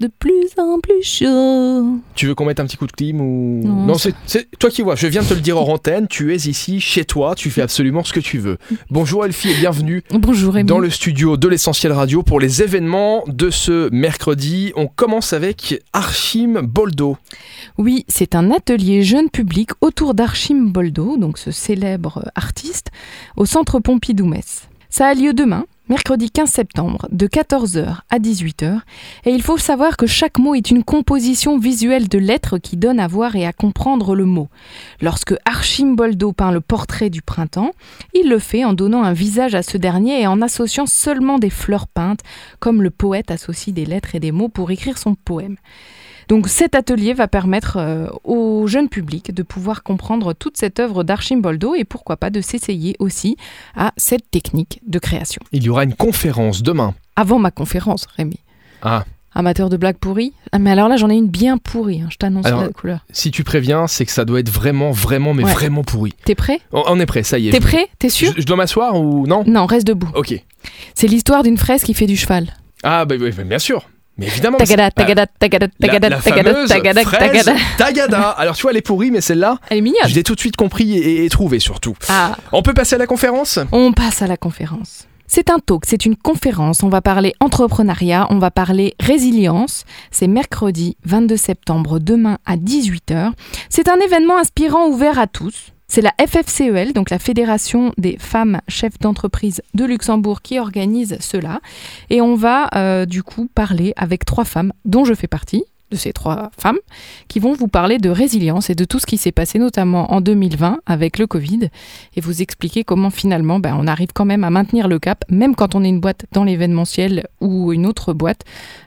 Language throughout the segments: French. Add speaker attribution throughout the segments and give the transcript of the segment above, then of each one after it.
Speaker 1: de plus en plus chaud.
Speaker 2: Tu veux qu'on mette un petit coup de clim ou
Speaker 1: Non.
Speaker 2: c'est c'est toi qui vois. Je viens de te le dire en antenne. Tu es ici chez toi. Tu fais absolument ce que tu veux. Bonjour Elfie et bienvenue
Speaker 1: Bonjour Rémi.
Speaker 2: dans le studio de l'essentiel radio pour les événements de ce mercredi. On commence avec Archim Boldo.
Speaker 1: Oui, c'est un atelier jeune public autour d'Archim Boldo, donc ce célèbre artiste, au centre Pompidou-Metz. Ça a lieu demain, mercredi 15 septembre, de 14h à 18h, et il faut savoir que chaque mot est une composition visuelle de lettres qui donne à voir et à comprendre le mot. Lorsque Archim Boldo peint le portrait du printemps, il le fait en donnant un visage à ce dernier et en associant seulement des fleurs peintes, comme le poète associe des lettres et des mots pour écrire son poème. Donc cet atelier va permettre euh, au jeune public de pouvoir comprendre toute cette œuvre d'Archimboldo et pourquoi pas de s'essayer aussi à cette technique de création.
Speaker 2: Il y aura une conférence demain.
Speaker 1: Avant ma conférence, Rémi.
Speaker 2: Ah.
Speaker 1: Amateur de blagues pourries Ah, Mais alors là, j'en ai une bien pourrie, hein, je t'annonce
Speaker 2: Alors-
Speaker 1: la couleur.
Speaker 2: Si tu préviens, c'est que ça doit être vraiment, vraiment, mais
Speaker 1: Ouais.
Speaker 2: vraiment pourri.
Speaker 1: T'es prêt
Speaker 2: On, on est prêt. Ça y est.
Speaker 1: T'es prêt T'es
Speaker 2: je,
Speaker 1: sûr
Speaker 2: je dois m'asseoir ou non
Speaker 1: Non, reste debout.
Speaker 2: Ok.
Speaker 1: C'est l'histoire d'une fraise qui fait du cheval.
Speaker 2: Ah bah, oui, bah, bien sûr. Mais évidemment. mais
Speaker 1: Tagada,
Speaker 2: c'est- bah,
Speaker 1: tagada, tagada, tagada,
Speaker 2: la, la
Speaker 1: tagada,
Speaker 2: fameuse
Speaker 1: tagada,
Speaker 2: fraise
Speaker 1: tagada.
Speaker 2: tagada. Alors tu vois, elle est pourrie, mais celle-là,
Speaker 1: Elle est mignonne.
Speaker 2: je l'ai tout de suite compris et, et- et trouvé surtout.
Speaker 1: Ah.
Speaker 2: On peut passer à la conférence
Speaker 1: On passe à la conférence. C'est un talk, c'est une conférence. On va parler entrepreneuriat, on va parler résilience. C'est mercredi 22 septembre, demain à 18h. C'est un événement inspirant ouvert à tous. C'est la FFCEL, E donc la Fédération des femmes chefs d'entreprise de Luxembourg, qui organise cela. Et on va euh, du coup parler avec trois femmes, dont je fais partie, de ces trois femmes, qui vont vous parler de résilience et de tout ce qui s'est passé, notamment en 2020 avec le Covid et vous expliquer comment finalement ben, on arrive quand même à maintenir le cap, même quand on est une boîte dans l'événementiel ou une autre boîte,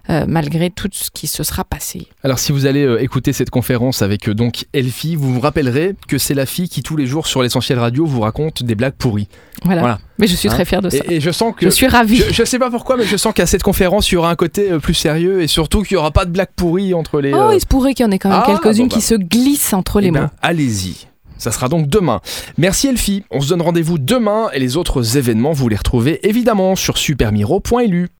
Speaker 1: euh, malgré tout ce qui se sera passé.
Speaker 2: Alors si vous allez euh, écouter cette conférence avec euh, donc Elfie, vous vous rappellerez que c'est la fille qui tous les jours sur l'essentiel radio vous raconte des blagues pourries.
Speaker 1: Voilà.
Speaker 2: Voilà.
Speaker 1: Mais je suis
Speaker 2: Hein
Speaker 1: très fière de ça.
Speaker 2: Et, et je sens que...
Speaker 1: je suis ravie.
Speaker 2: Je, je sais pas pourquoi, mais je sens qu'à cette conférence, il y aura un côté euh, plus sérieux et surtout qu'il y aura pas de blagues pourries entre les...
Speaker 1: Oh,
Speaker 2: euh,
Speaker 1: il se pourrait qu'il y en ait quand même
Speaker 2: Ah,
Speaker 1: quelques-unes
Speaker 2: bon, bah.
Speaker 1: qui se glissent entre les
Speaker 2: Eh ben,
Speaker 1: mots.
Speaker 2: Allez-y. Ça sera donc demain. Merci Elfie. On se donne rendez-vous demain et les autres événements, vous les retrouvez évidemment sur supermiro.lu.